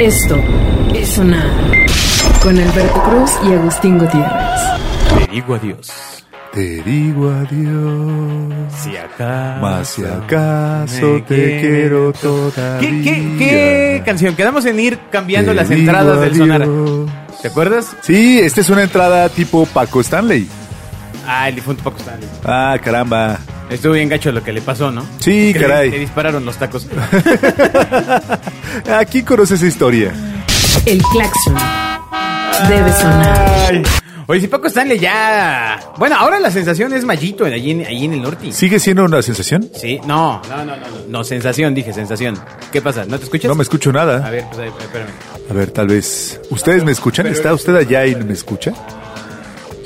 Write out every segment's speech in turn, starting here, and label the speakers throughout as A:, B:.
A: Esto es sonar con Alberto Cruz y Agustín Gutiérrez.
B: Te digo adiós.
C: Te digo adiós.
B: Si acaso.
C: Mas si acaso
B: ah, me
C: te quiero todavía.
B: ¿Qué, qué, qué canción? Quedamos en ir cambiando
C: Te
B: las
C: digo
B: entradas del sonar.
C: adiós.
B: ¿Te acuerdas?
C: Sí, esta es una entrada tipo Paco Stanley.
B: Ah, el difunto Paco Stanley.
C: Ah, caramba.
B: Estuvo bien gacho lo que le pasó, ¿no?
C: Sí,
B: Que le-
C: caray.
B: Le dispararon los tacos.
C: Aquí conoces esa historia.
A: El claxon debe sonar.
B: Ay. Oye, si Paco Stanley ya. Bueno, ahora la sensación es Mayito, allí en, allí en el norte.
C: ¿Sigue siendo una sensación?
B: Sí, no, no, no, no, no. No, sensación, dije, sensación. ¿Qué pasa? ¿No te escuchas?
C: No me escucho
B: A
C: nada.
B: ver, pues ahí, espérame.
C: A ver, tal vez. ¿Ustedes me escuchan? ¿Está usted allá y me escucha?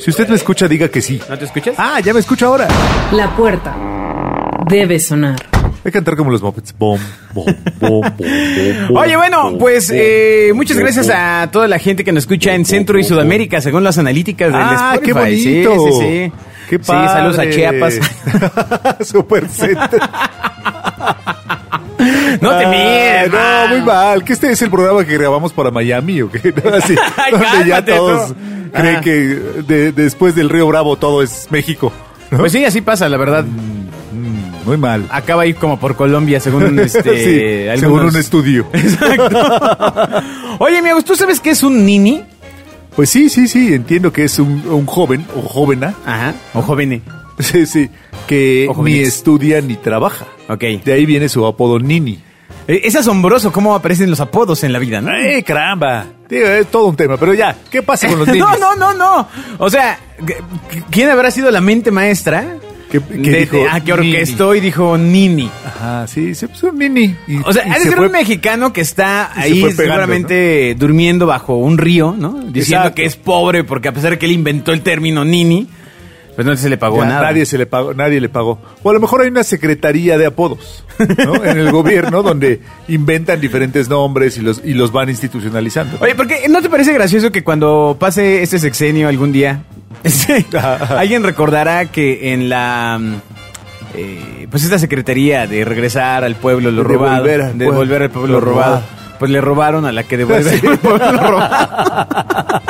C: Si usted me escucha, diga que sí.
B: ¿No te escuchas?
C: Ah, ya me escucho ahora.
A: La puerta debe sonar.
C: Voy a cantar como los Muppets. Bom, bom, bom, bom, bom,
B: Oye, bueno,
C: bom,
B: pues
C: bom,
B: eh,
C: bom,
B: muchas
C: bom,
B: gracias
C: bom.
B: a toda la gente que nos escucha en Centro y Sudamérica, según las analíticas del
C: Ah,
B: Spotify.
C: qué
B: Sí,
C: bonito.
B: Sí, sí,
C: Qué
B: Sí,
C: padre.
B: saludos a Chiapas.
C: Supercentro.
B: No te
C: Ah,
B: mires.
C: No,
B: man.
C: muy mal. Que este es el programa que grabamos para Miami o qué. No, así,
B: Ay,
C: donde ya
B: cálmate,
C: todos
B: no.
C: creen
B: Ah.
C: que de- después del Río Bravo todo es México. ¿no?
B: Pues sí, así pasa, la verdad.
C: Mm, muy mal.
B: Acaba ahí como por Colombia, según Ah, este.
C: Sí,
B: algunos-
C: según un estudio.
B: Oye, mi Agus, ¿tú sabes qué es un nini?
C: Pues sí, sí, sí. Entiendo que es un, un joven o jovena.
B: Ajá. O joven.
C: Sí, sí. Que
B: O
C: ni
B: jóvenes.
C: estudia ni trabaja.
B: Ok.
C: De ahí viene su apodo Nini.
B: Eh, Es asombroso cómo aparecen los apodos en la vida, ¿no?
C: ¡Eh, caramba! Digo, es todo un tema, pero ya, ¿qué pasa con los ninis?
B: No, no, no, no. O sea, ¿qu- ¿quién habrá sido la mente maestra?
C: ¿Qué- qué dijo
B: ah, que
C: Nini?
B: orquestó y dijo Nini.
C: Ajá, sí, sí, pues un nini. Y-
B: O sea,
C: y
B: ha de
C: se
B: ser
C: fue-
B: un mexicano que está
C: y se
B: ahí
C: fue pegando,
B: seguramente durmiendo bajo un río, ¿no? Diciendo
C: Exacto.
B: que es pobre porque a pesar de que él inventó el término Nini, pues no se le pagó
C: Ya,
B: nada.
C: Nadie se le pagó, nadie le pagó. O a lo mejor hay una secretaría de apodos, ¿no? en el gobierno donde inventan diferentes nombres y los y los van institucionalizando.
B: Oye, ¿por qué no te parece gracioso que cuando pase este sexenio algún día, este, alguien recordará que en la... mm, eh, pues esta secretaría de regresar al pueblo lo
C: De
B: robado,
C: devolver al
B: de
C: pueblo
B: devolver al pueblo
C: lo
B: lo robado,
C: robado.
B: pues le robaron a la que devuelve
C: Sí.
B: al pueblo lo robado.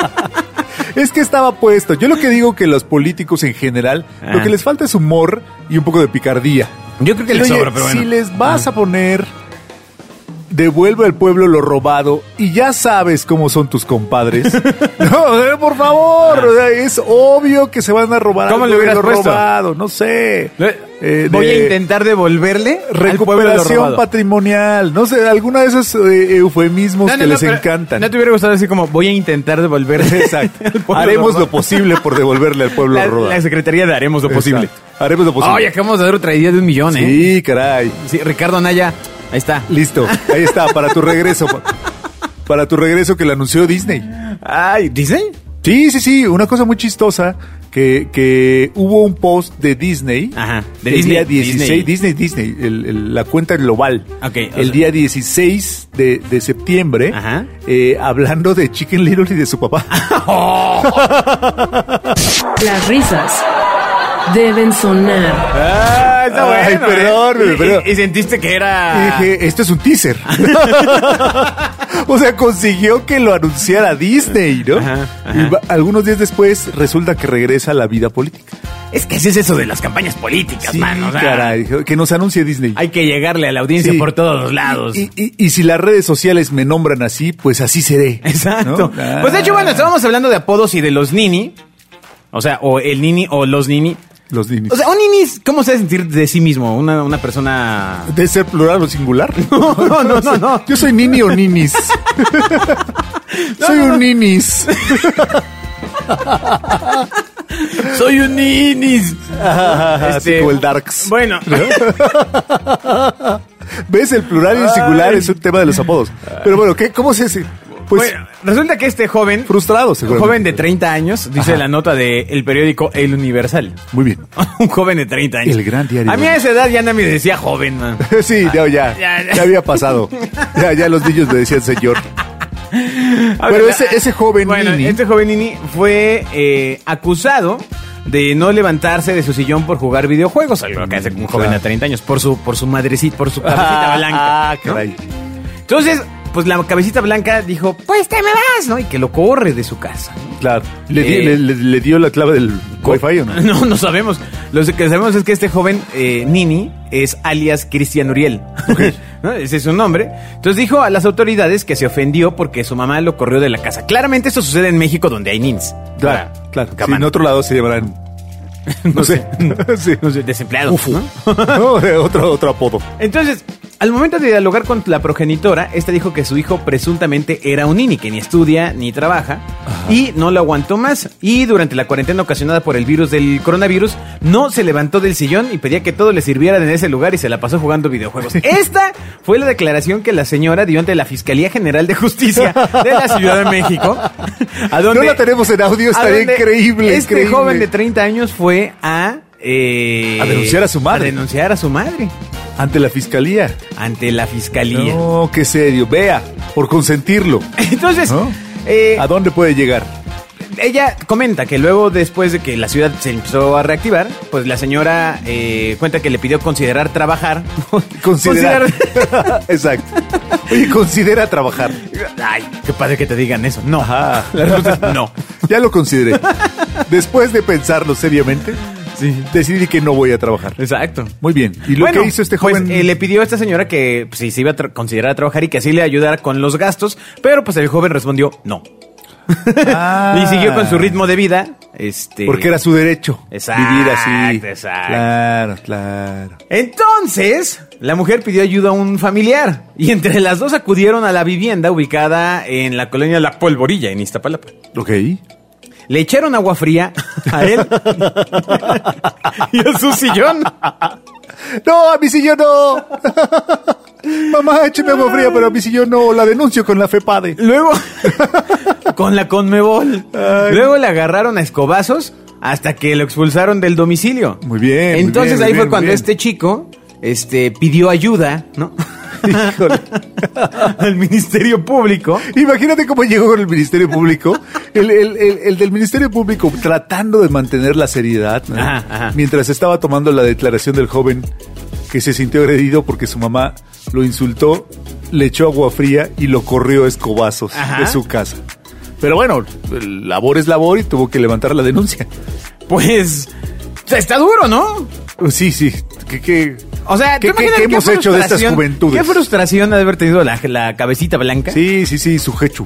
C: Es que estaba puesto. Yo lo que digo que los políticos en general, lo
B: Ah.
C: que les falta es humor y un poco de picardía.
B: Yo creo que le
C: Oye,
B: sobra, pero bueno.
C: Si les vas a poner devuelve al pueblo lo robado y ya sabes cómo son tus compadres. no, eh, por favor, o sea, es obvio que se van a robar
B: ¿Cómo
C: algo
B: le
C: de
B: hubieras
C: lo
B: puesto?
C: robado, no sé. Eh,
B: Voy
C: de
B: a intentar devolverle al pueblo lo
C: recuperación
B: robado.
C: patrimonial, no sé, alguna de esos eh, eufemismos
B: No, no,
C: que
B: no,
C: les
B: pero
C: encantan.
B: No te hubiera gustado así como voy a intentar devolverle
C: Exacto.
B: al pueblo
C: Haremos lo
B: robado.
C: posible por devolverle al pueblo
B: La,
C: lo robado.
B: la secretaría de haremos lo posible.
C: Exacto. Haremos lo posible.
B: Ay, acabamos de dar otra idea de un millón, ¿eh?
C: Sí, caray.
B: Sí, Ricardo Anaya, ahí está.
C: Listo, ahí está, para tu regreso. pa- Para tu regreso que lo anunció Disney.
B: Ay, ¿Disney?
C: Sí, sí, sí, una cosa muy chistosa que, que hubo un post de Disney.
B: Ajá, de
C: el
B: Disney,
C: día 16, Disney, Disney, el- el- la cuenta global.
B: Ok, o
C: el
B: sea-
C: día 16 de, de septiembre,
B: Ajá.
C: eh, hablando de Chicken Little y de su papá.
A: Las risas deben sonar.
B: Ah, está
C: Ay,
B: bueno.
C: perdón,
B: ¿eh?
C: güey, pero-
B: Y, y sentiste que
C: Y
B: era.
C: dije, esto este es un teaser. o sea, consiguió que lo anunciara Disney, ¿no?
B: Ajá, ajá.
C: Y va- algunos días después resulta que regresa a la vida política.
B: Es que así es eso de las campañas políticas,
C: Sí,
B: mano. o sea,
C: caray, que nos anuncie Disney.
B: Hay que llegarle a la audiencia
C: Sí.
B: por todos los lados.
C: Y, y- y si las redes sociales me nombran así, pues así seré.
B: Exacto.
C: ¿no? Ah,
B: Pues de hecho, bueno, estábamos hablando de apodos y de los nini. O sea, o el nini o los nini.
C: Los ninis.
B: O sea, un nini, es- ¿cómo se debe sentir de sí mismo? Una, una persona.
C: ¿De ser plural o singular?
B: No, no, no, no, no.
C: Yo soy nini o ninis. soy un ninis.
B: Soy un ninis.
C: Así
B: Este,
C: como el Darks.
B: Bueno,
C: ¿Ves? El plural y el singular
B: Ay.
C: es un tema de los apodos. Pero bueno, ¿qué? ¿cómo se hace? Pues
B: bueno, resulta que este joven,
C: frustrado,
B: un
C: seguramente.
B: joven de 30 años, dice
C: Ajá.
B: la nota del periódico El Universal.
C: Muy bien.
B: un joven de 30 años.
C: El gran diario.
B: A mí a esa edad ya nadie me decía joven. man.
C: Sí, ya, ya,
B: ya, ya.
C: ya había pasado. Ya, ya los niños le decían señor.
B: A
C: Pero
B: la-
C: ese- ese joven
B: bueno,
C: nini-
B: este joven nini fue eh, acusado de no levantarse de su sillón por jugar videojuegos, algo que hace un joven
C: claro.
B: de 30 años, por su por su madrecita, por su cabecita blanca.
C: Ah,
B: ¿no?
C: caray.
B: Entonces, pues la cabecita blanca dijo, pues te me vas, ¿no? Y que lo corre de su casa.
C: Claro. ¿Le, di-
B: Eh.
C: le- le- le dio la clave del Wi-Fi o no?
B: No, no sabemos. Lo que sabemos es que este joven eh, Nini es alias Cristian Uriel. ¿No? Ese es su nombre. Entonces dijo a las autoridades que se ofendió porque su mamá lo corrió de la casa. Claramente esto sucede en México donde hay nins.
C: Claro,
B: Para-
C: claro. Sí,
B: Come on.
C: en otro lado se llamarán. No sé. Sí.
B: No sé, desempleados,
C: Ufu.
B: ¿no?
C: No, eh, otro, otro apodo.
B: Entonces, al momento de dialogar con la progenitora, esta dijo que su hijo presuntamente era un nini, que ni estudia ni trabaja, y no lo aguantó más. Y durante la cuarentena ocasionada por el virus del coronavirus, no se levantó del sillón y pedía que todo le sirviera en ese lugar y se la pasó jugando videojuegos. Esta fue la declaración que la señora dio ante la Fiscalía General de Justicia de la Ciudad de México. a
C: No
B: donde-
C: la tenemos en audio,
B: a
C: estaría
B: donde
C: increíble.
B: Este
C: increíble.
B: joven de 30 años fue a... eh,
C: A denunciar a su madre.
B: A denunciar a su madre
C: Ante la fiscalía.
B: ante la fiscalía.
C: No, qué serio. Vea, por consentirlo.
B: Entonces,
C: ¿No?
B: eh,
C: ¿A dónde puede llegar?
B: ella comenta que luego después de que la ciudad se empezó a reactivar, pues la señora eh, cuenta que le pidió considerar trabajar.
C: Considerar. Exacto. Oye, considera trabajar.
B: Considerar- Ay, qué padre que te digan eso. No.
C: Ajá.
B: La respuesta es no.
C: Ya lo consideré. Después de pensarlo seriamente, decidí que no voy a trabajar.
B: Exacto.
C: Muy bien. ¿Y lo que hizo este joven?
B: Pues, eh, le pidió a esta señora que pues, si se iba a tra- considerar a trabajar y que así le ayudara con los gastos, pero pues el joven respondió no.
C: Ah.
B: Y siguió con su ritmo de vida. Este,
C: Porque era su derecho.
B: Exacto,
C: Vivir así.
B: exacto.
C: Claro, claro.
B: Entonces, la mujer pidió ayuda a un familiar y entre las dos acudieron a la vivienda ubicada en la colonia La Polvorilla, en Iztapalapa.
C: Ok.
B: Le echaron agua fría a él y a su sillón.
C: No, a mi sillón no. Mamá, écheme agua fría, pero a mi sillón no. La denuncio con la FEPADE.
B: Luego, con la Conmebol. Luego le agarraron a escobazos hasta que lo expulsaron del domicilio.
C: Muy bien, muy
B: Entonces
C: bien, muy
B: ahí fue
C: bien,
B: cuando
C: muy bien.
B: este chico este, pidió ayuda, ¿no?
C: Híjole.
B: Al Ministerio Público.
C: Imagínate cómo llegó con el Ministerio Público. El, el- el- el del Ministerio Público tratando de mantener la seriedad. ¿no?
B: Ajá, ajá.
C: Mientras estaba tomando la declaración del joven que se sintió agredido porque su mamá lo insultó, le echó agua fría y lo corrió a escobazos
B: Ajá.
C: de su casa. Pero bueno, el labor es labor y tuvo que levantar la denuncia.
B: Pues, está duro, ¿no?
C: Sí, sí. ¿Qué, qué-
B: O sea, ¿tú
C: qué- qué-
B: imaginas
C: qué hemos hecho de estas
B: frustración-
C: juventudes?
B: Qué frustración ha de haber tenido la, la cabecita blanca.
C: Sí, sí, sí, su jechu.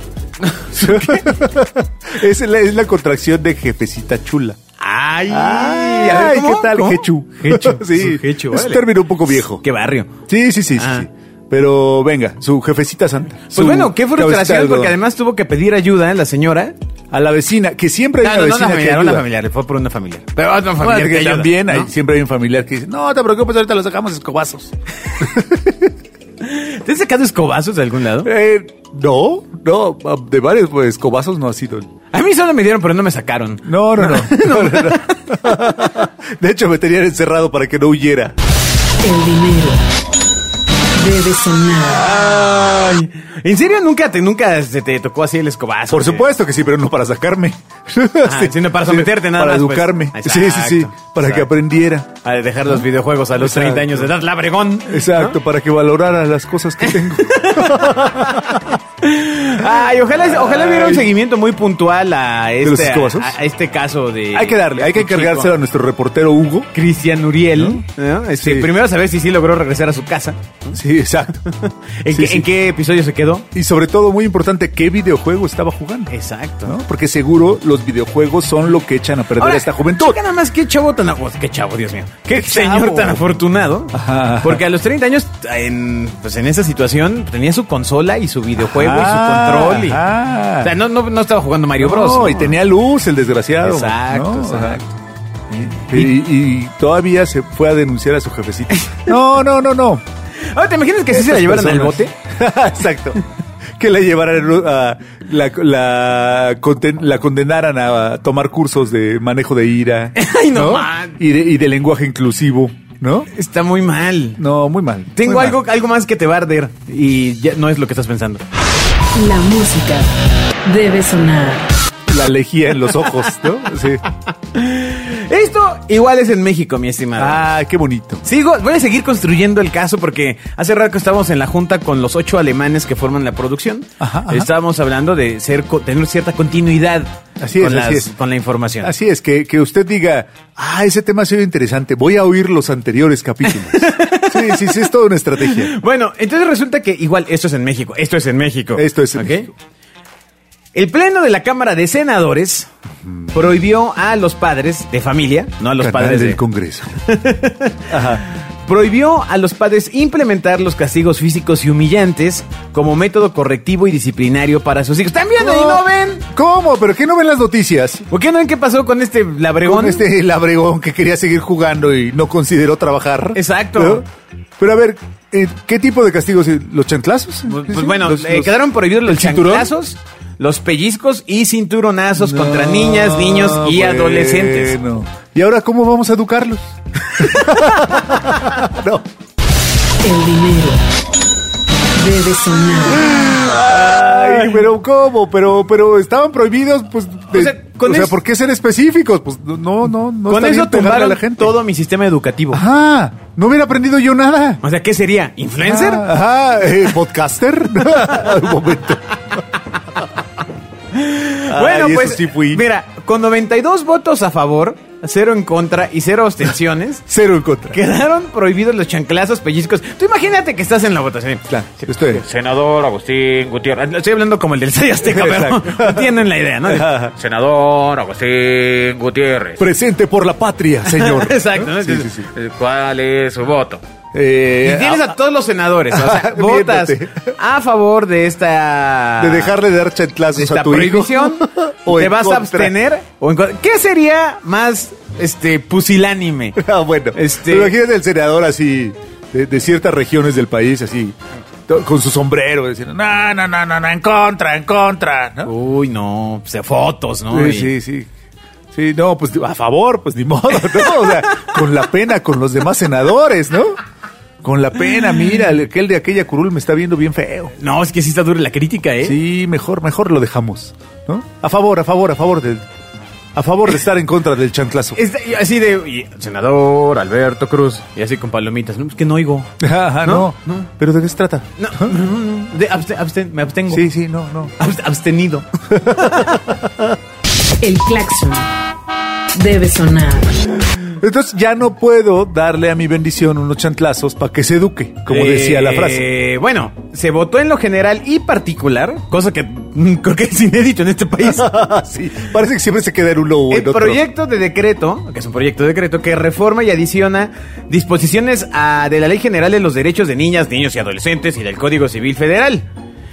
C: es, la, es la contracción de jefecita chula.
B: Ay,
C: Ay,
B: a ver,
C: ay,
B: ¿cómo?
C: ¿qué tal?
B: ¿Cómo?
C: Jechu.
B: Jechu.
C: sí,
B: su jechu,
C: es un
B: órale.
C: término un poco viejo.
B: Qué barrio.
C: Sí, sí, sí, sí,
B: Ah.
C: sí. Pero venga, su jefecita santa.
B: Pues bueno, qué frustración, porque además tuvo que pedir ayuda ¿eh? la señora.
C: A la vecina, que siempre hay
B: No,
C: una
B: no, no, una
C: vecina
B: familiar,
C: que
B: una
C: ayuda.
B: familiar, fue por una familiar. Pero otra
C: Bueno,
B: familiar
C: que
B: ayuda,
C: también hay-
B: ¿no?
C: siempre hay un familiar que dice, no te preocupes, ahorita lo sacamos escobazos.
B: ¿Te has sacado escobazos de algún lado?
C: Eh, no, no, de varios pues, escobazos no ha sido.
B: A mí solo me dieron, pero no me sacaron.
C: No, no, no. no, no, no. de hecho, me tenían encerrado para que no huyera.
A: El dinero debe sonar.
B: Ay, ¿en serio nunca te nunca se te tocó así el escobazo?
C: Por
B: Que-
C: supuesto que sí, pero no para sacarme.
B: Ah, sino para someterte nada
C: Para
B: más, pues.
C: educarme. Sí, sí,
B: Exacto,
C: sí. Para que
B: exacto.
C: aprendiera.
B: A dejar los videojuegos a los
C: Exacto.
B: 30 años de edad, labregón.
C: Exacto, para que valorara las cosas que tengo.
B: Ay, ojalá, ojalá hubiera un
C: Ay.
B: seguimiento muy puntual a
C: Ah. los
B: este,
C: escobazos?
B: a, a este caso de.
C: hay que darle, hay que
B: este
C: encargárselo a
B: chico.
C: nuestro reportero Hugo.
B: Cristian Uriel. ¿no? Este,
C: Ah, Sí.
B: Primero saber si sí logró regresar a su casa.
C: Sí, exacto.
B: ¿En,
C: Sí,
B: qué,
C: sí.
B: en qué episodio se quedó?
C: Y sobre todo, muy importante, ¿qué videojuego estaba jugando?
B: Exacto.
C: ¿No? Porque seguro los videojuegos son lo que echan a perder
B: Ahora,
C: a esta juventud.
B: checa nada más qué chavo tan agu- qué chavo, Dios mío. Qué,
C: Qué chavo.
B: señor tan afortunado.
C: Ajá.
B: Porque a los 30 años, en, pues en esa situación, tenía su consola y su videojuego
C: Ah,
B: y su control. Y,
C: ajá.
B: O sea, no, no, no estaba jugando Mario Bros.
C: No, y tenía luz el desgraciado.
B: Exacto,
C: ¿no?
B: exacto.
C: Y, y- y todavía se fue a denunciar a su jefecita. No, no, no, no.
B: Ahora, ¿te imaginas que sí se la llevaran al bote?
C: Exacto. Que la llevaran a. La, la, conten- la condenaran a tomar cursos de manejo de ira.
B: Ay, no, man.
C: Y de, y de lenguaje inclusivo, ¿no?
B: Está muy mal.
C: No, muy mal.
B: Tengo
C: muy mal.
B: algo, algo más que te va a arder y ya no es lo que estás pensando.
A: La música debe sonar.
B: Ah.
C: La lejía en los ojos, ¿no? Sí.
B: Esto igual es en México, mi estimado.
C: Ah, qué bonito.
B: Sigo, voy a seguir construyendo el caso porque hace rato estábamos en la junta con los ocho alemanes que forman la producción.
C: Ajá, ajá.
B: Estábamos hablando de ser, co- tener cierta continuidad
C: Así es,
B: con,
C: así es.
B: con la información.
C: Así es, que, que usted diga, ah, ese tema ha sido interesante, voy a oír los anteriores capítulos. sí, sí, sí, es toda una estrategia.
B: Bueno, entonces resulta que igual esto es en México, esto es en México.
C: Esto es en
B: ¿ok?
C: México.
B: El Pleno de la Cámara de Senadores prohibió a los padres de familia, no a los
C: Canal
B: padres
C: del
B: de,
C: Congreso.
B: prohibió a los padres implementar los castigos físicos y humillantes como método correctivo y disciplinario para sus hijos. ¿Están viendo y no ven?
C: ¿Cómo? ¿Pero qué no ven las noticias?
B: ¿Por qué no ven qué pasó con este labregón?
C: Con este labregón que quería seguir jugando y no consideró trabajar.
B: Exacto.
C: ¿No? Pero a ver, eh, ¿qué tipo de castigos? ¿Los chanclazos?
B: Pues,
C: Sí,
B: pues
C: sí,
B: bueno,
C: los-
B: eh,
C: los-
B: quedaron prohibidos
C: ¿el
B: los
C: cinturón?
B: chanclazos, los pellizcos y cinturonazos contra
C: No,
B: niñas, niños y
C: bueno.
B: adolescentes.
C: ¿Y ahora cómo vamos a educarlos? no.
A: El dinero debe sonar.
C: Ay, pero ¿cómo? Pero, pero estaban prohibidos, pues. de- o
B: O
C: sea,
B: sea, con es-
C: ¿por qué ser específicos? Pues no, no, no.
B: Con
C: está
B: eso
C: bien pegarle
B: tumbaron
C: a la gente.
B: todo mi sistema educativo.
C: Ajá. No hubiera aprendido yo nada.
B: O sea, ¿qué sería? ¿Influencer?
C: Ah, Ajá. eh, podcaster. Un momento.
B: Bueno,
C: Ay, ah, eso
B: pues
C: sí fui.
B: mira, con 92 votos a favor, 0 en contra y 0 abstenciones,
C: Cero en contra.
B: quedaron prohibidos los chanclazos, pellizcos. Tú imagínate que estás en la votación. Ah,
C: Claro, pues, yo estoy.
D: Senador Agustín Gutiérrez.
B: Estoy hablando como el del Estadio Azteca,
C: Exacto.
B: pero entienden la idea, ¿no?
D: Senador Agustín Gutiérrez.
C: Presente por la patria, señor.
B: Exacto, ¿no?
C: Sí, sí, sí.
D: ¿Cuál es su voto?
C: Eh,
B: Y tienes a todos los senadores, o sea, votas
C: Viéndote.
B: a favor de esta
C: de dejarle de dar
B: de
C: chanclazos
B: esta
C: a tu hijo.
B: prohibición,
C: O
B: te
C: en
B: vas a
C: contra.
B: abstener o en contra. ¿Qué sería más este pusilánime?
C: Ah, bueno.
B: Este-
C: Imagínate el senador así, de, de ciertas regiones del país, así, to- con su sombrero, diciendo,
D: No,
C: no,
D: no, no, no, no, en contra, en contra. ¿no?
B: Uy, no, pues, de fotos, ¿no? Y-
C: sí, sí, sí. Sí, no, pues a favor, pues ni modo, ¿no? O sea, con la pena, con los demás senadores, ¿no? Con la pena, mira, el- aquel de aquella curul me está viendo bien feo.
B: No, es que sí está dura la crítica, ¿eh?
C: Sí, mejor, mejor lo dejamos, ¿no? A favor, a favor, a favor del... A favor de estar en contra del chanclazo.
B: Está- y así de, y- senador Alberto Cruz, y así con palomitas. No, pues que no oigo.
C: Ajá, no,
B: No,
C: no. ¿Pero de qué se trata?
B: No, no, no, no, de abste- absten- me abstengo.
C: Sí, sí, no, no.
B: Abst- abstenido.
A: El claxon debe sonar.
C: Entonces ya no puedo darle a mi bendición unos chantlazos para que se eduque, como
B: Eh,
C: decía la frase.
B: Bueno, se votó en lo general y particular, cosa que mm, creo que es inédito en este país.
C: Ah, sí, parece que siempre se queda en uno o en
B: El
C: otro.
B: proyecto de decreto, que es un proyecto de decreto, que reforma y adiciona disposiciones a- de la Ley General de los Derechos de Niñas, Niños y Adolescentes y del Código Civil Federal.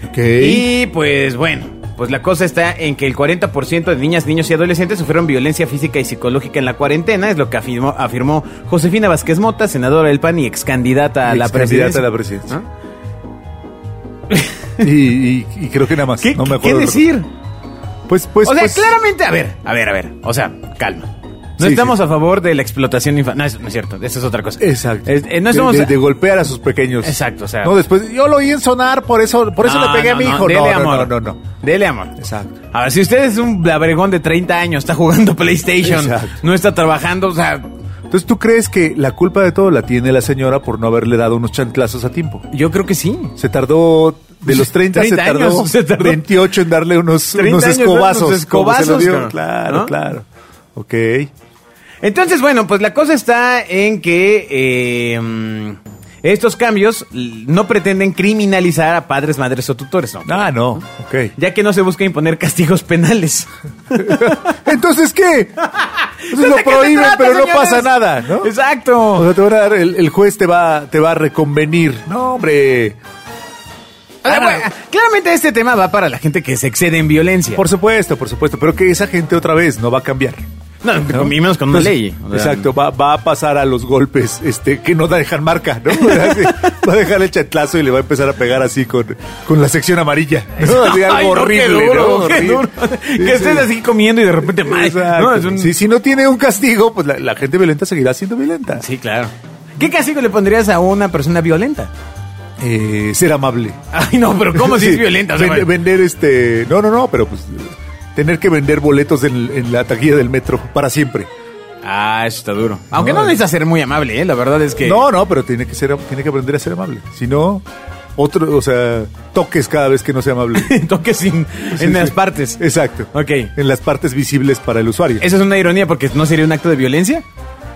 C: Ok.
B: Y pues bueno. Pues la cosa está en que el 40% de niñas, niños y adolescentes sufrieron violencia física y psicológica en la cuarentena, es lo que afirmó, afirmó Josefina Vázquez Mota, senadora del PAN y ex candidata a la
C: Excandidata
B: presidencia. ¿Ah?
C: a la presidencia. Y, y- y creo que nada más.
B: ¿Qué,
C: no me
B: qué- qué
C: acuerdo.
B: decir?
C: Pues, pues,
B: o sea,
C: pues,
B: claramente, a ver, a ver, a ver. O sea, calma. No
C: Sí,
B: estamos
C: sí.
B: a favor de la explotación infantil. No, eso no es cierto. Eso es otra cosa.
C: Exacto.
B: Es- eh, no
C: De-
B: estamos.
C: de, de golpear a sus pequeños.
B: Exacto, o sea-
C: No, después. Yo lo oí en sonar, por eso, por eso
B: No,
C: le pegué a
B: no,
C: mi
B: no,
C: hijo.
B: Dele
C: no, no,
B: amor.
C: no, no, no.
B: Dele amor.
C: Exacto.
B: A ver, si usted es un labregón de 30 años, está jugando PlayStation,
C: Exacto.
B: no está trabajando, o sea,
C: Entonces, ¿tú crees que la culpa de todo la tiene la señora por no haberle dado unos chantlazos a tiempo?
B: yo creo que sí.
C: Se tardó, de los 30, se,
B: 30
C: tardó
B: años, se tardó.
C: 28 en darle unos,
B: 30
C: unos
B: años, ¿no?
C: escobazos.
B: Unos
C: como se lo
B: escobazos,
C: dio.
B: cabrón.
C: Claro,
B: ¿No?
C: claro. Ok.
B: Entonces, bueno, pues la cosa está en que eh, mm, estos cambios l- no pretenden criminalizar a padres, madres o tutores, ¿no?
C: Ah, no. Ok.
B: Ya que no se busca imponer castigos penales.
C: Entonces, ¿qué? Entonces
B: ¿De
C: lo
B: qué se
C: prohíben,
B: trata,
C: pero no
B: señores?
C: pasa nada, ¿no?
B: Exacto.
C: O sea, te van a dar, el, el juez te va, te va a reconvenir. No, hombre.
B: Ah,
C: Ah,
B: bueno, claramente este tema va para la gente que se excede en violencia.
C: Por supuesto, por supuesto. Pero que esa gente otra vez no va a cambiar.
B: no,
C: ¿no?
B: con- y menos con una
C: Entonces,
B: ley. o sea,
C: exacto, va, va a pasar a los golpes este, que no dejan marca, ¿no? Así, va a dejar el chatlazo y le va a empezar a pegar así con, con la sección amarilla. ¿no? Así, algo
B: Ay, no, qué
C: horrible,
B: duro,
C: ¿no?
B: qué
C: Horrible.
B: duro.
C: Sí,
B: que estés
C: sí.
B: así comiendo y de repente mal.
C: Exacto.
B: ¿no? Es un-
C: Sí, si no tiene un castigo, pues la, la gente violenta seguirá siendo violenta.
B: Sí, claro. ¿Qué castigo le pondrías a una persona violenta?
C: Eh, ser amable.
B: Ay, no, pero ¿cómo si es
C: Sí,
B: violenta? O sea,
C: ven-
B: bueno.
C: vender este. No, no, no, pero pues. Tener que vender boletos en, en la taquilla del metro para siempre.
B: Ah, eso está duro. Aunque no, necesita ser muy amable, ¿eh? La verdad es que.
C: No, no, pero tiene que ser, tiene que aprender a ser amable. Si no, otro, o sea, toques cada vez que no sea amable.
B: Toque sin.
C: Sí,
B: en
C: sí.
B: las partes.
C: Exacto.
B: Ok.
C: En las partes visibles para el usuario.
B: Esa es una ironía porque no sería un acto de violencia.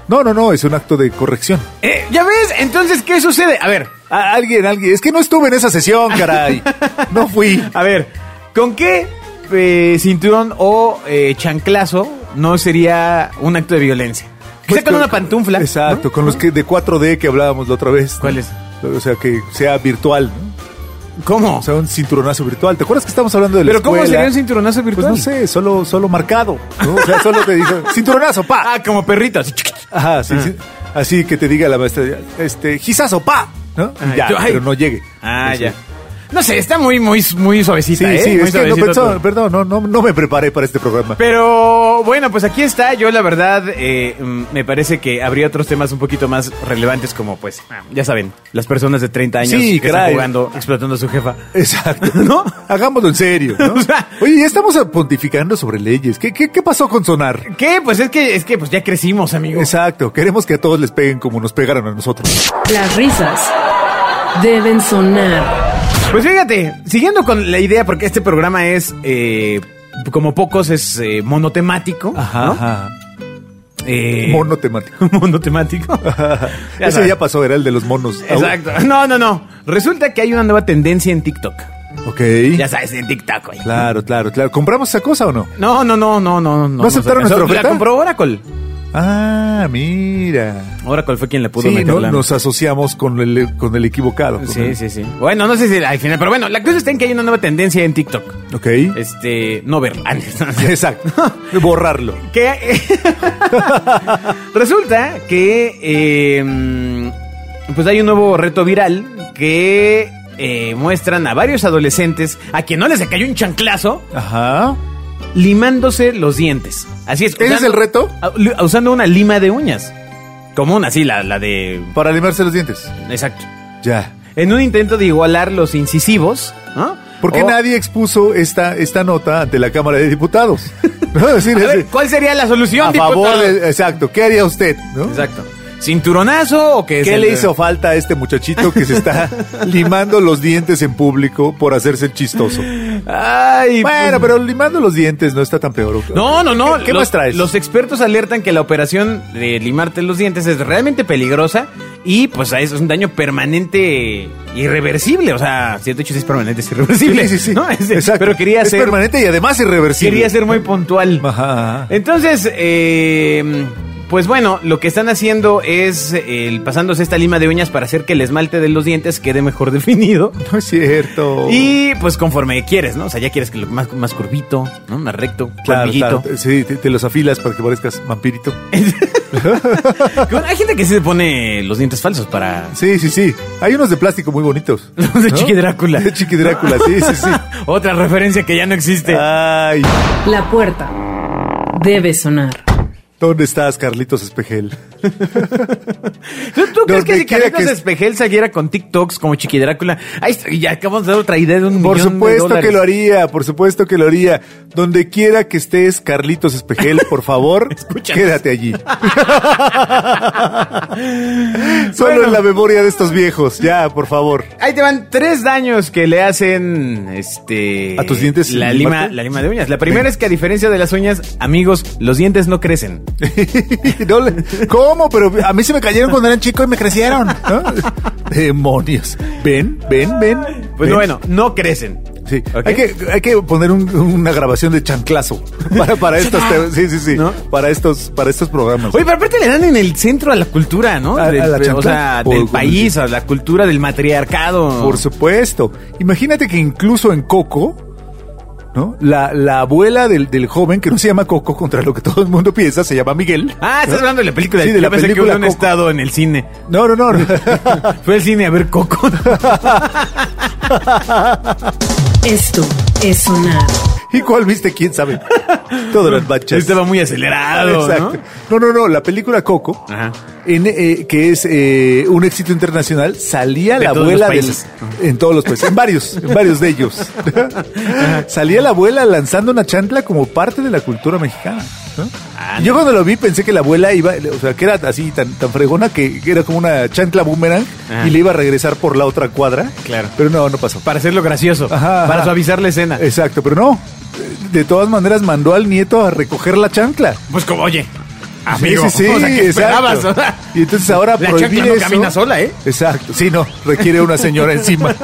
C: No, no, no, es un acto de corrección.
B: Eh, ¿Ya ves? Entonces, ¿qué sucede? A ver,
C: A- alguien, alguien. Es que no estuve en esa sesión, caray. No fui.
B: a ver. ¿Con qué eh, cinturón o eh, chanclazo no sería un acto de violencia? Quizá
C: Pues
B: con una pantufla. ¿no?
C: Exacto, con los que de 4D que hablábamos la otra vez. ¿no?
B: ¿Cuál es?
C: O sea, que sea virtual, ¿no?
B: ¿Cómo?
C: O sea, un cinturonazo virtual. ¿Te acuerdas que estamos hablando de la
B: ¿Pero cómo
C: escuela?
B: sería un cinturonazo virtual?
C: Pues no sé, solo, solo marcado. ¿no? O sea, solo te dice, cinturonazo, pa.
B: Ah, como perrito. así.
C: Ajá,
B: Ah.
C: sí, sí. Así que te diga la maestra, este, gizazo, pa. ¿no? Y
B: Ay,
C: ya,
B: yo- ay.
C: pero no llegue.
B: Ah,
C: Sí,
B: ya.
C: Pues sí.
B: No sé, está muy, muy, muy suavecita,
C: Sí,
B: ¿eh?
C: sí,
B: Muy
C: es que no,
B: suavecito
C: pensaba-
B: todo.
C: perdón, no, no, no me preparé para este programa.
B: Pero bueno, pues aquí está. Yo la verdad eh, mm, me parece que habría otros temas un poquito más relevantes como pues, ah, ya saben, las personas de 30 años
C: Sí,
B: que están
C: caray.
B: jugando, explotando a su jefa.
C: Exacto.
B: ¿No?
C: Hagámoslo en serio. ¿no?
B: O sea-
C: Oye, ya estamos pontificando sobre leyes. ¿Qué, qué, qué pasó con Sonar?
B: ¿Qué? Pues es que es que pues ya crecimos, amigos.
C: Exacto, queremos que a todos les peguen como nos pegaron a nosotros.
A: Las risas deben sonar.
B: Pues fíjate, siguiendo con la idea, porque este programa es eh, como pocos, es eh, monotemático. ¿no? Eh,
C: Monotemático.
B: monotemático. Ya
C: Ese
B: sabes.
C: ya pasó, era el de los monos.
B: Exacto. No, no, no. Resulta que hay una nueva tendencia en TikTok.
C: Au. Ok.
B: Ya sabes, en TikTok, güey.
C: Claro, claro, claro. ¿Compramos esa cosa o no?
B: No, no, no, no, no.
C: ¿No aceptaron
B: se alcanzó.
C: nuestra
B: La
C: oferta?
B: compró Oracle.
C: Ah, mira.
B: Oracle fue quien le pudo
C: Sí,
B: meter
C: ¿no?
B: la-
C: nos asociamos con el, con el equivocado. con
B: Sí,
C: el-
B: sí, sí. Bueno, no sé si al final, pero bueno, la cosa está en que hay una nueva tendencia en TikTok.
C: Ok.
B: Este, no verla. Ah, no, no, no.
C: Exacto. Borrarlo.
B: que eh, resulta que eh, mm, pues hay un nuevo reto viral que eh, muestran a varios adolescentes a quien no les cayó un chanclazo
C: Ajá.
B: limándose los dientes. Así es.
C: ¿Ese es el reto?
B: a- Ah, li- usando una lima de uñas. Común, así, la, la de...
C: Para limarse los dientes.
B: Exacto.
C: Ya.
B: En un intento de igualar los incisivos, ¿no?
C: ¿Por qué
B: O-
C: nadie expuso esta, esta nota ante la Cámara de Diputados? ¿No? Es decir,
B: A ver,
C: es-
B: ¿cuál sería la solución,
C: a favor
B: diputado?
C: de- exacto. ¿Qué haría usted? ¿no?
B: Exacto. ¿Cinturonazo o qué? es
C: ¿Qué
B: el-
C: le hizo falta a este muchachito que se está limando los dientes en público por hacerse el chistoso?
B: Ay, pues,
C: Bueno, pero limando los dientes no está tan peor. ¿o qué?
B: No, no, no.
C: ¿Qué, qué
B: los,
C: más traes?
B: Los expertos alertan que la operación de limarte los dientes es realmente peligrosa y pues a eso es un daño permanente irreversible. O sea, si de hecho sí es permanente, es irreversible.
C: Sí, sí, sí.
B: ¿no? Es-
C: Exacto.
B: Pero quería
C: es
B: ser,
C: permanente y además irreversible.
B: quería ser muy puntual.
C: Ajá, ajá.
B: Entonces, eh, pues bueno, lo que están haciendo es el, pasándose esta lima de uñas para hacer que el esmalte de los dientes quede mejor definido.
C: No es cierto.
B: Y pues conforme quieres, ¿no? O sea, ya quieres que lo más, más curvito, ¿no? Más recto,
C: Claro,
B: colmillito.
C: claro. Sí, te, te los afilas para que parezcas vampirito.
B: Que bueno, hay gente que sí se pone los dientes falsos para.
C: Sí, sí, sí. Hay unos de plástico muy bonitos.
B: Los de
C: ¿no?
B: Chiqui Drácula.
C: De Chiqui Drácula, sí, sí, sí. Ah,
B: Otra referencia que ya no existe.
C: Ay,
A: La puerta debe sonar.
C: ¿dónde estás, Carlitos Espejel?
B: ¿Tú, tú crees que
C: donde
B: si
C: quiera
B: Carlitos
C: que es-
B: Espejel saliera con TikToks como Chiqui Drácula? Ahí está, y ya acabamos de dar otra idea de un
C: Por
B: millón de
C: supuesto
B: dólares.
C: que lo haría, por supuesto que lo haría. Donde quiera que estés, Carlitos Espejel, por favor,
B: Escúchanos.
C: quédate allí. Solo en la memoria de estos viejos, ya, por favor.
B: Ahí te van tres daños que le hacen este
C: ¿A tus dientes
B: la
C: sin
B: lima,
C: limarte?
B: la lima de uñas. La primera es que a diferencia de las uñas, amigos, los dientes no crecen. Pues
C: No le- ¿Cómo? Pero a mí se me cayeron cuando eran chico y me crecieron. ¿no? Demonios. Ven, ven, ven.
B: Pues
C: ven.
B: bueno, no crecen.
C: Sí.
B: ¿Ok?
C: Hay, que, hay que poner un- una grabación de chanclazo para, para estos te- sí, sí, sí.
B: ¿No?
C: Para estos, para estos programas.
B: Oye, pero aparte le dan en el centro a la cultura, ¿no?
C: A- a
B: Del-
C: la
B: o sea,
C: chancla.
B: del
C: Por-
B: país, a la cultura del matriarcado.
C: Por supuesto. Imagínate que incluso en Coco, ¿no? La, la abuela del, del joven, que no se llama Coco, contra lo que todo el mundo piensa, se llama Miguel.
B: Ah, estás hablando de la película.
C: ¿Eh? Sí, de la
B: Yo pensé que
C: película
B: hubo un
C: Coco.
B: estado en el cine.
C: No, no, no. no.
B: Fue al cine a ver Coco.
A: Esto es sonar.
C: ¿Y cuál viste? ¿Quién sabe? Todo eran bachas.
B: Estaba muy acelerado, ¿no?
C: Exacto. ¿no? no, no, La película Coco,
B: Ajá.
C: en, eh, que es eh, un éxito internacional, salía
B: De
C: la
B: todos
C: abuela
B: los
C: del-
B: países.
C: en todos los países, en varios, en varios de ellos. salía la abuela lanzando una chancla como parte de la cultura mexicana. ¿no?
B: Ah,
C: Yo cuando lo vi pensé que la abuela iba, o sea, que era así tan, tan fregona que que era como una chancla boomerang
B: Ajá.
C: y le iba a regresar por la otra cuadra.
B: Claro.
C: Pero no, no pasó.
B: Para hacerlo gracioso.
C: Ajá,
B: para
C: ajá.
B: suavizar la escena.
C: Exacto, pero no. De todas maneras mandó al nieto a recoger la chancla.
B: Pues como, oye,
C: Sí,
B: amigo,
C: sí, sí,
B: o sea, ¿qué
C: exacto.
B: esperabas? O sea,
C: Y entonces ahora
B: La
C: prohibir
B: chancla no
C: eso.
B: camina sola, ¿eh?
C: Exacto, sí, no, requiere una señora encima.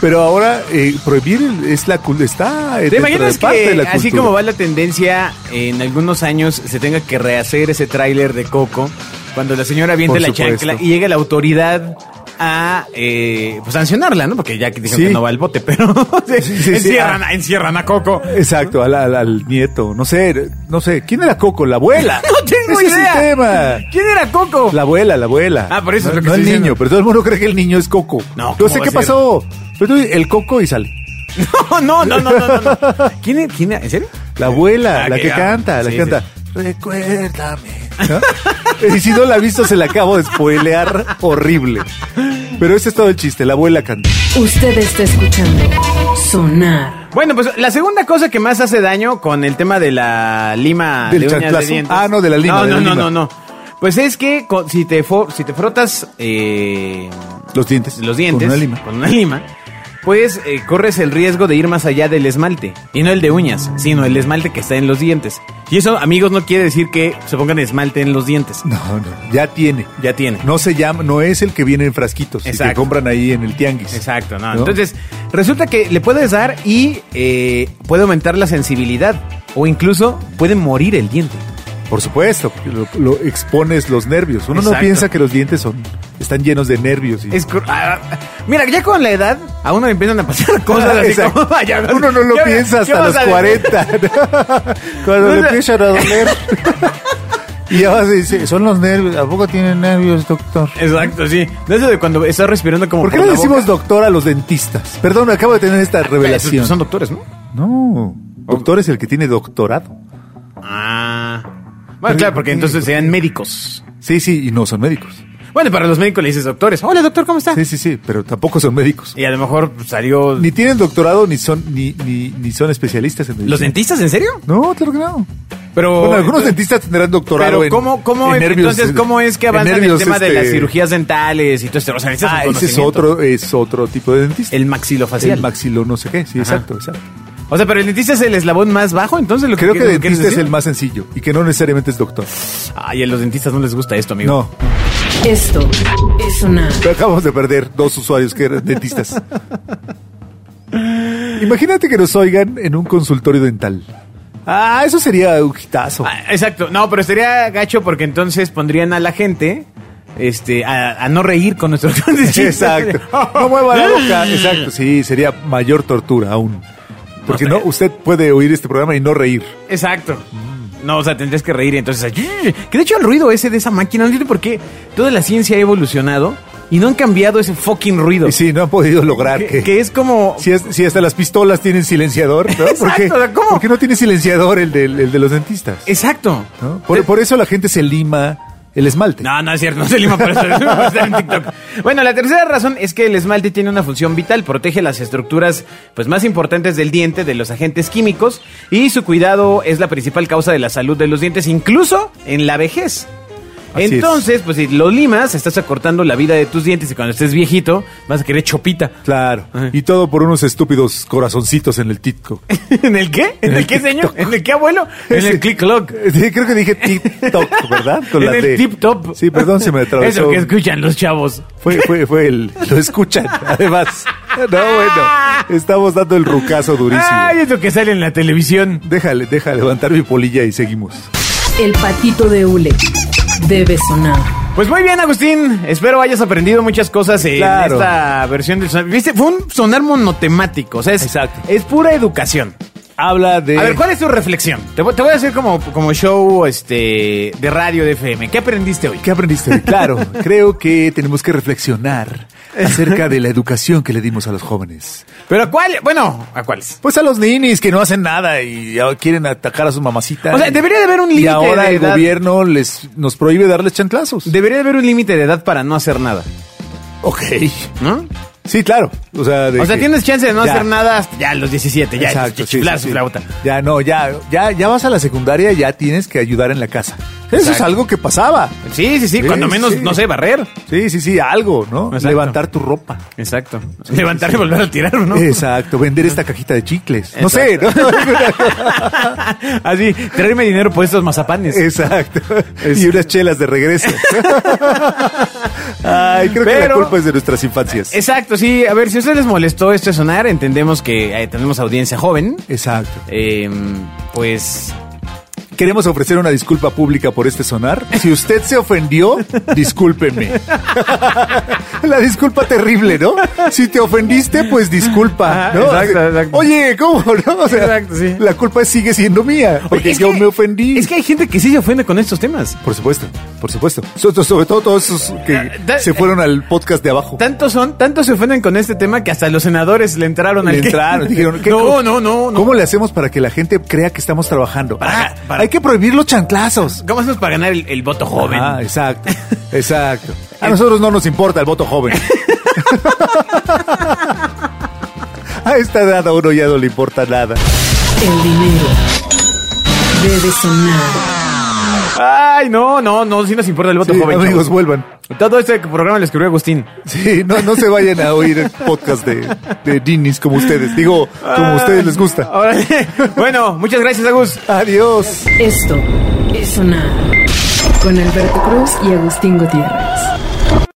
C: Pero ahora eh, prohibir el- es la cul- está
B: ¿Te
C: eh, dentro de
B: imaginas
C: parte de
B: que
C: la
B: así
C: cultura.
B: como va la tendencia, en algunos años se tenga que rehacer ese tráiler de Coco cuando la señora viente
C: Por
B: la
C: supuesto.
B: chancla y llega la autoridad a eh, pues, sancionarla, ¿no? Porque ya que dijeron
C: Sí.
B: que no va al bote, pero
C: Sí, sí, sí,
B: encierran, encierran a Coco.
C: Exacto, al, al- al nieto, no sé, no sé, ¿quién era Coco? La abuela.
B: No tengo
C: Ese es el
B: idea.
C: tema.
B: ¿Quién era Coco?
C: La abuela, la abuela.
B: Ah, por eso es
C: no,
B: lo que
C: no
B: estoy
C: el
B: diciendo.
C: niño, pero todo el mundo cree que el niño es Coco.
B: No,
C: no
B: ¿cómo
C: sé
B: va
C: qué
B: a ser?
C: pasó. Pero tú, el Coco y sale.
B: No, no, no, no, no, no. ¿Quién, era- quién era? ¿En serio?
C: La abuela,
B: Ah,
C: la
B: que
C: que
B: ya.
C: canta,
B: Sí,
C: la que canta. Recuérdame. ¿no? y si no la ha visto, se la acabo de spoilear horrible. Pero ese es todo el chiste, la abuela canta.
A: Usted está escuchando Sonar.
B: Bueno, pues la segunda cosa que más hace daño con el tema de la lima
C: ¿Del
B: de uñas de
C: chanclazo?
B: dientes.
C: Ah, no, de la lima,
B: No,
C: de
B: no,
C: la
B: no,
C: lima.
B: no, no. Pues es que co- si te fo- si te frotas eh,
C: Los dientes.
B: los dientes
C: Con una lima.
B: con una lima, pues eh, corres el riesgo de ir más allá del esmalte y no el de uñas, sino el esmalte que está en los dientes. Y eso, amigos, no quiere decir que se pongan esmalte en los dientes.
C: No, no, ya tiene.
B: Ya tiene.
C: No se llama, no es el que viene en frasquitos y que
B: Exacto.
C: compran ahí en el tianguis.
B: Exacto, no.
C: ¿No?
B: Entonces, resulta que le puedes dar y eh, puede aumentar la sensibilidad o incluso puede morir el diente.
C: Por supuesto, porque lo, lo expones los nervios. Uno no
B: Exacto.
C: piensa que los dientes son, están llenos de nervios. y-
B: Es cor- ah, mira, ya con la edad a uno le empiezan a pasar cosas así
C: Exacto.
B: como, vaya,
C: Uno no lo
B: ¿qué-
C: piensa
B: qué
C: hasta
B: vas
C: los
B: a decir?
C: 40. Cuando
B: O
C: le
B: sea-
C: empiezan a doler. y ahora se dice, son los nervios. ¿A poco tienen nervios, doctor?
B: Exacto, sí. No eso de cuando estás respirando como
C: ¿Por qué
B: por
C: le
B: la
C: decimos
B: boca.
C: doctor a los dentistas? Perdón, acabo de tener esta
B: Esos Son
C: revelación.
B: doctores, ¿no?
C: No, doctor es el que tiene doctorado.
B: Ah.
C: Pues
B: Bueno, claro, porque entonces serían médicos.
C: Sí, sí, y no son médicos.
B: Bueno, para los médicos le dices doctores. Hola, doctor, ¿cómo está?
C: Sí, sí, sí, pero tampoco son médicos.
B: Y a lo mejor salió
C: Ni tienen doctorado ni son ni, ni, ni son especialistas en medicina.
B: los dentistas, ¿en serio?
C: No, claro que no.
B: Pero
C: Bueno, algunos dentistas tendrán doctorado
B: Pero
C: en-
B: cómo, cómo
C: en nervios,
B: entonces cómo es que
C: en
B: avanza el
C: nervios,
B: tema de
C: este,
B: las cirugías dentales y todo esto? O sea, necesitas
C: Ah,
B: un
C: ese es
B: conocimiento.
C: otro, es otro tipo de dentista.
B: el maxilofacial.
C: El maxilo no sé qué, sí,
B: Ajá.
C: exacto, exacto.
B: o sea, pero el dentista es el eslabón más bajo, entonces lo que
C: Creo que
B: lo quieres
C: dentista es
B: decir.
C: el más sencillo y que no necesariamente es doctor.
B: Ay, a los dentistas no les gusta esto, amigo.
C: No,
A: Esto es Sonar.
C: pero acabamos de perder dos usuarios que eran dentistas. Imagínate que nos oigan en un consultorio dental. Ah, eso sería un hitazo.
B: Ah, exacto. No, pero sería gacho porque entonces pondrían a la gente este a, a no reír con nuestros chistes.
C: Exacto. No mueva la boca. Exacto, sí, sería mayor tortura aún. Porque no, usted puede oír este programa y no reír.
B: Exacto. No, o sea, tendrías que reír y entonces... así, Que de hecho el ruido ese de esa máquina, no entiendo por qué toda la ciencia ha evolucionado y no han cambiado ese fucking ruido.
C: Y sí, no han podido lograr
B: que, que es como...
C: Si, es- si hasta las pistolas tienen silenciador, ¿no? ¿Por qué,
B: Exacto, o sea, ¿cómo?
C: por qué no tiene silenciador el de, el de los dentistas?
B: Exacto.
C: ¿no? Por, por eso la gente se lima el esmalte.
B: No, no es cierto, no se lima por eso. por estar en TikTok. Bueno, la tercera razón es que el esmalte tiene una función vital, protege las estructuras pues más importantes del diente de los agentes químicos y su cuidado es la principal causa de la salud de los dientes, incluso en la vejez.
C: Así es.
B: Entonces, pues si lo limas, estás acortando la vida de tus dientes y cuando estés viejito vas a querer chopita.
C: Claro.
B: Ajá.
C: Y todo por unos estúpidos corazoncitos en el titco.
B: ¿En el qué? ¿En,
C: En
B: el,
C: el
B: qué, señor?
C: TikTok.
B: ¿En el qué, abuelo? En el click clock.
C: Sí, creo que dije TikTok, ¿verdad? Con
B: En
C: la D.
B: el tip top.
C: Sí, perdón, se me atravesó.
B: Eso que escuchan los chavos.
C: Fue, fue, fue el. Lo escuchan, además. No, bueno. Estamos dando el rucazo durísimo.
B: Ay, es lo que sale en la televisión.
C: Déjale, deja levantar mi polilla y seguimos.
A: El patito de Ule debe sonar.
B: Pues muy bien, Agustín. Espero hayas aprendido muchas cosas en
C: Claro.
B: esta versión del sonar. ¿Viste? Fue un sonar monotemático. O sea, es,
C: Exacto.
B: es pura educación.
C: habla de...
B: A ver, ¿cuál es tu reflexión? Te, voy- te voy a hacer como, como show este, de radio de FM. ¿Qué aprendiste hoy?
C: ¿Qué aprendiste? hoy? Claro, creo que tenemos que reflexionar acerca de la educación que le dimos a los jóvenes.
B: ¿Pero a cuál? Bueno, ¿a cuáles?
C: Pues a los ninis que no hacen nada y ya quieren atacar a sus mamacitas.
B: O sea, debería de haber un
C: Y
B: límite
C: ahora
B: de
C: el
B: edad.
C: gobierno les nos prohíbe darles chantlazos.
B: Debería de haber un límite de edad para no hacer nada,
C: ok.
B: ¿no?
C: Sí, claro. O sea, de
B: O sea,
C: que-
B: tienes chance de no
C: Ya.
B: hacer nada hasta ya a los 17, ya
C: Exacto,
B: Exacto,
C: sí,
B: chiflar
C: sí,
B: su
C: sí.
B: flauta.
C: Ya no, ya, ya, ya vas a la secundaria, ya tienes que ayudar en la casa. Eso es
B: Exacto.
C: algo que pasaba.
B: Sí, sí, sí,
C: Sí,
B: cuando menos,
C: sí.
B: no sé, barrer.
C: Sí, sí, sí, algo, ¿no?
B: Exacto.
C: Levantar tu ropa.
B: Exacto. Levantar y volver a tirar, ¿no?
C: Exacto, vender esta cajita de chicles. No sé, ¿no?
B: Exacto. Así, Ah, traerme dinero por estos mazapanes.
C: Exacto. Y unas chelas de regreso. Ay, creo que la
B: Pero-
C: culpa es de nuestras infancias.
B: Exacto, sí. A ver, si a ustedes les molestó este sonar, entendemos que eh, tenemos audiencia joven.
C: Exacto.
B: Eh, pues
C: Queremos ofrecer una disculpa pública por este sonar. Si usted se ofendió, discúlpeme. La disculpa terrible, ¿no? Si te ofendiste, pues disculpa,
B: Ajá,
C: ¿no?
B: exacto, exacto.
C: Oye, ¿cómo? no? O sea,
B: Exacto, sí.
C: La culpa sigue siendo mía, porque
B: Oye, es
C: yo
B: que-
C: me ofendí.
B: es que hay gente que sí se ofende con estos temas.
C: Por supuesto, por supuesto. So- Sobre todo todos esos que
B: Ah, da-
C: se fueron al podcast de abajo.
B: Tantos son, tantos se ofenden con este tema que hasta los senadores le entraron al
C: Le entraron, dijeron, ¿qué co-
B: no, no, no, no.
C: ¿Cómo le hacemos para que la gente crea que estamos trabajando?
B: Para-
C: Ah,
B: para-
C: Hay que prohibir los chanclazos.
B: ¿Cómo hacemos para ganar el, el voto joven?
C: Ah, exacto, exacto. A nosotros no nos importa el voto joven. A esta edad a uno ya no le importa nada.
A: El dinero debe sonar.
B: Ay, no, no, no, sí nos importa el voto
C: Sí,
B: joven.
C: amigos,
B: chavos.
C: vuelvan.
B: Todo este programa lo escribió Agustín.
C: Sí, no, no se vayan a oír el podcast de, de ninis como ustedes. Digo, como a ustedes les gusta.
B: Ahora, Ah, bueno, muchas gracias, Agus.
C: Adiós.
A: Esto es sonar. Con Alberto Cruz y Agustín Gutiérrez.